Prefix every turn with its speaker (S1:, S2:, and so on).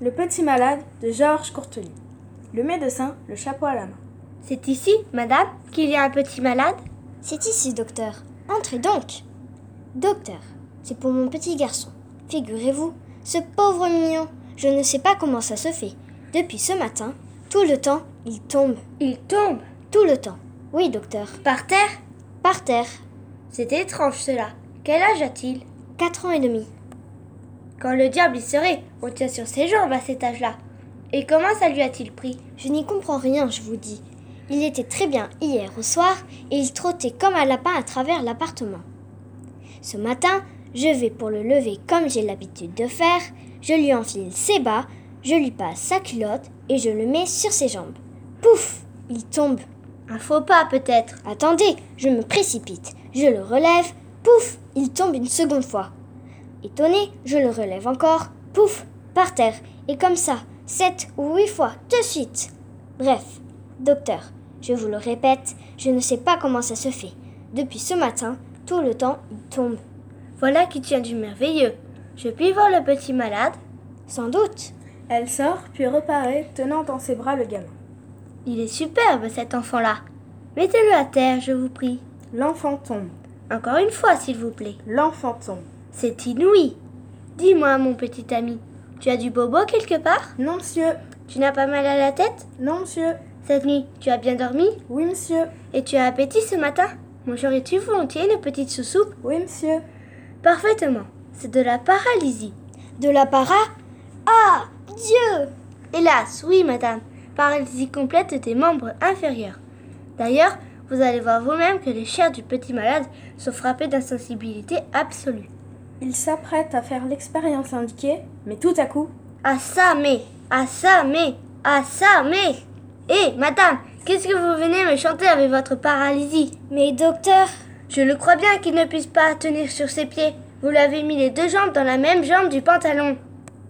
S1: Le petit malade de Georges Courtelu. Le médecin, le chapeau à la main.
S2: C'est ici, madame, qu'il y a un petit malade
S3: C'est ici, docteur. Entrez donc. Docteur, c'est pour mon petit garçon. Figurez-vous, ce pauvre mignon, je ne sais pas comment ça se fait. Depuis ce matin, tout le temps, il tombe.
S2: Il tombe
S3: Tout le temps. Oui, docteur.
S2: Par terre
S3: Par terre.
S2: C'est étrange cela. Quel âge a-t-il
S3: Quatre ans et demi.
S2: Quand le diable y serait, on tient sur ses jambes à cet âge-là. Et comment ça lui a-t-il pris
S3: Je n'y comprends rien, je vous dis. Il était très bien hier au soir et il trottait comme un lapin à travers l'appartement. Ce matin, je vais pour le lever comme j'ai l'habitude de faire, je lui enfile ses bas, je lui passe sa culotte et je le mets sur ses jambes. Pouf Il tombe.
S2: Un faux pas peut-être.
S3: Attendez, je me précipite. Je le relève. Pouf Il tombe une seconde fois. Étonné, je le relève encore. Pouf Par terre. Et comme ça, sept ou huit fois de suite. Bref, docteur, je vous le répète, je ne sais pas comment ça se fait. Depuis ce matin, tout le temps, il tombe.
S2: Voilà qui tient du merveilleux. Je puis voir le petit malade
S3: Sans doute.
S1: Elle sort, puis reparaît, tenant dans ses bras le gamin.
S2: Il est superbe cet enfant-là. Mettez-le à terre, je vous prie.
S1: L'enfant tombe.
S2: Encore une fois, s'il vous plaît.
S1: L'enfant tombe.
S2: C'est inouï. Dis-moi, mon petit ami, tu as du bobo quelque part
S1: Non, monsieur.
S2: Tu n'as pas mal à la tête
S1: Non, monsieur.
S2: Cette nuit, tu as bien dormi
S1: Oui, monsieur.
S2: Et tu as appétit ce matin Mangerais-tu volontiers une petite sous-soupe
S1: Oui, monsieur.
S2: Parfaitement. C'est de la paralysie.
S3: De la para Ah Dieu
S2: Hélas, oui, madame. Paralysie complète des membres inférieurs. D'ailleurs, vous allez voir vous-même que les chairs du petit malade sont frappées d'insensibilité absolue.
S1: Il s'apprête à faire l'expérience indiquée, mais tout à coup,
S2: Ah ça, mais Ah ça, mais Ah ça, mais Hé, madame, qu'est-ce que vous venez me chanter avec votre paralysie
S3: Mais docteur
S2: Je le crois bien qu'il ne puisse pas tenir sur ses pieds. Vous l'avez mis les deux jambes dans la même jambe du pantalon.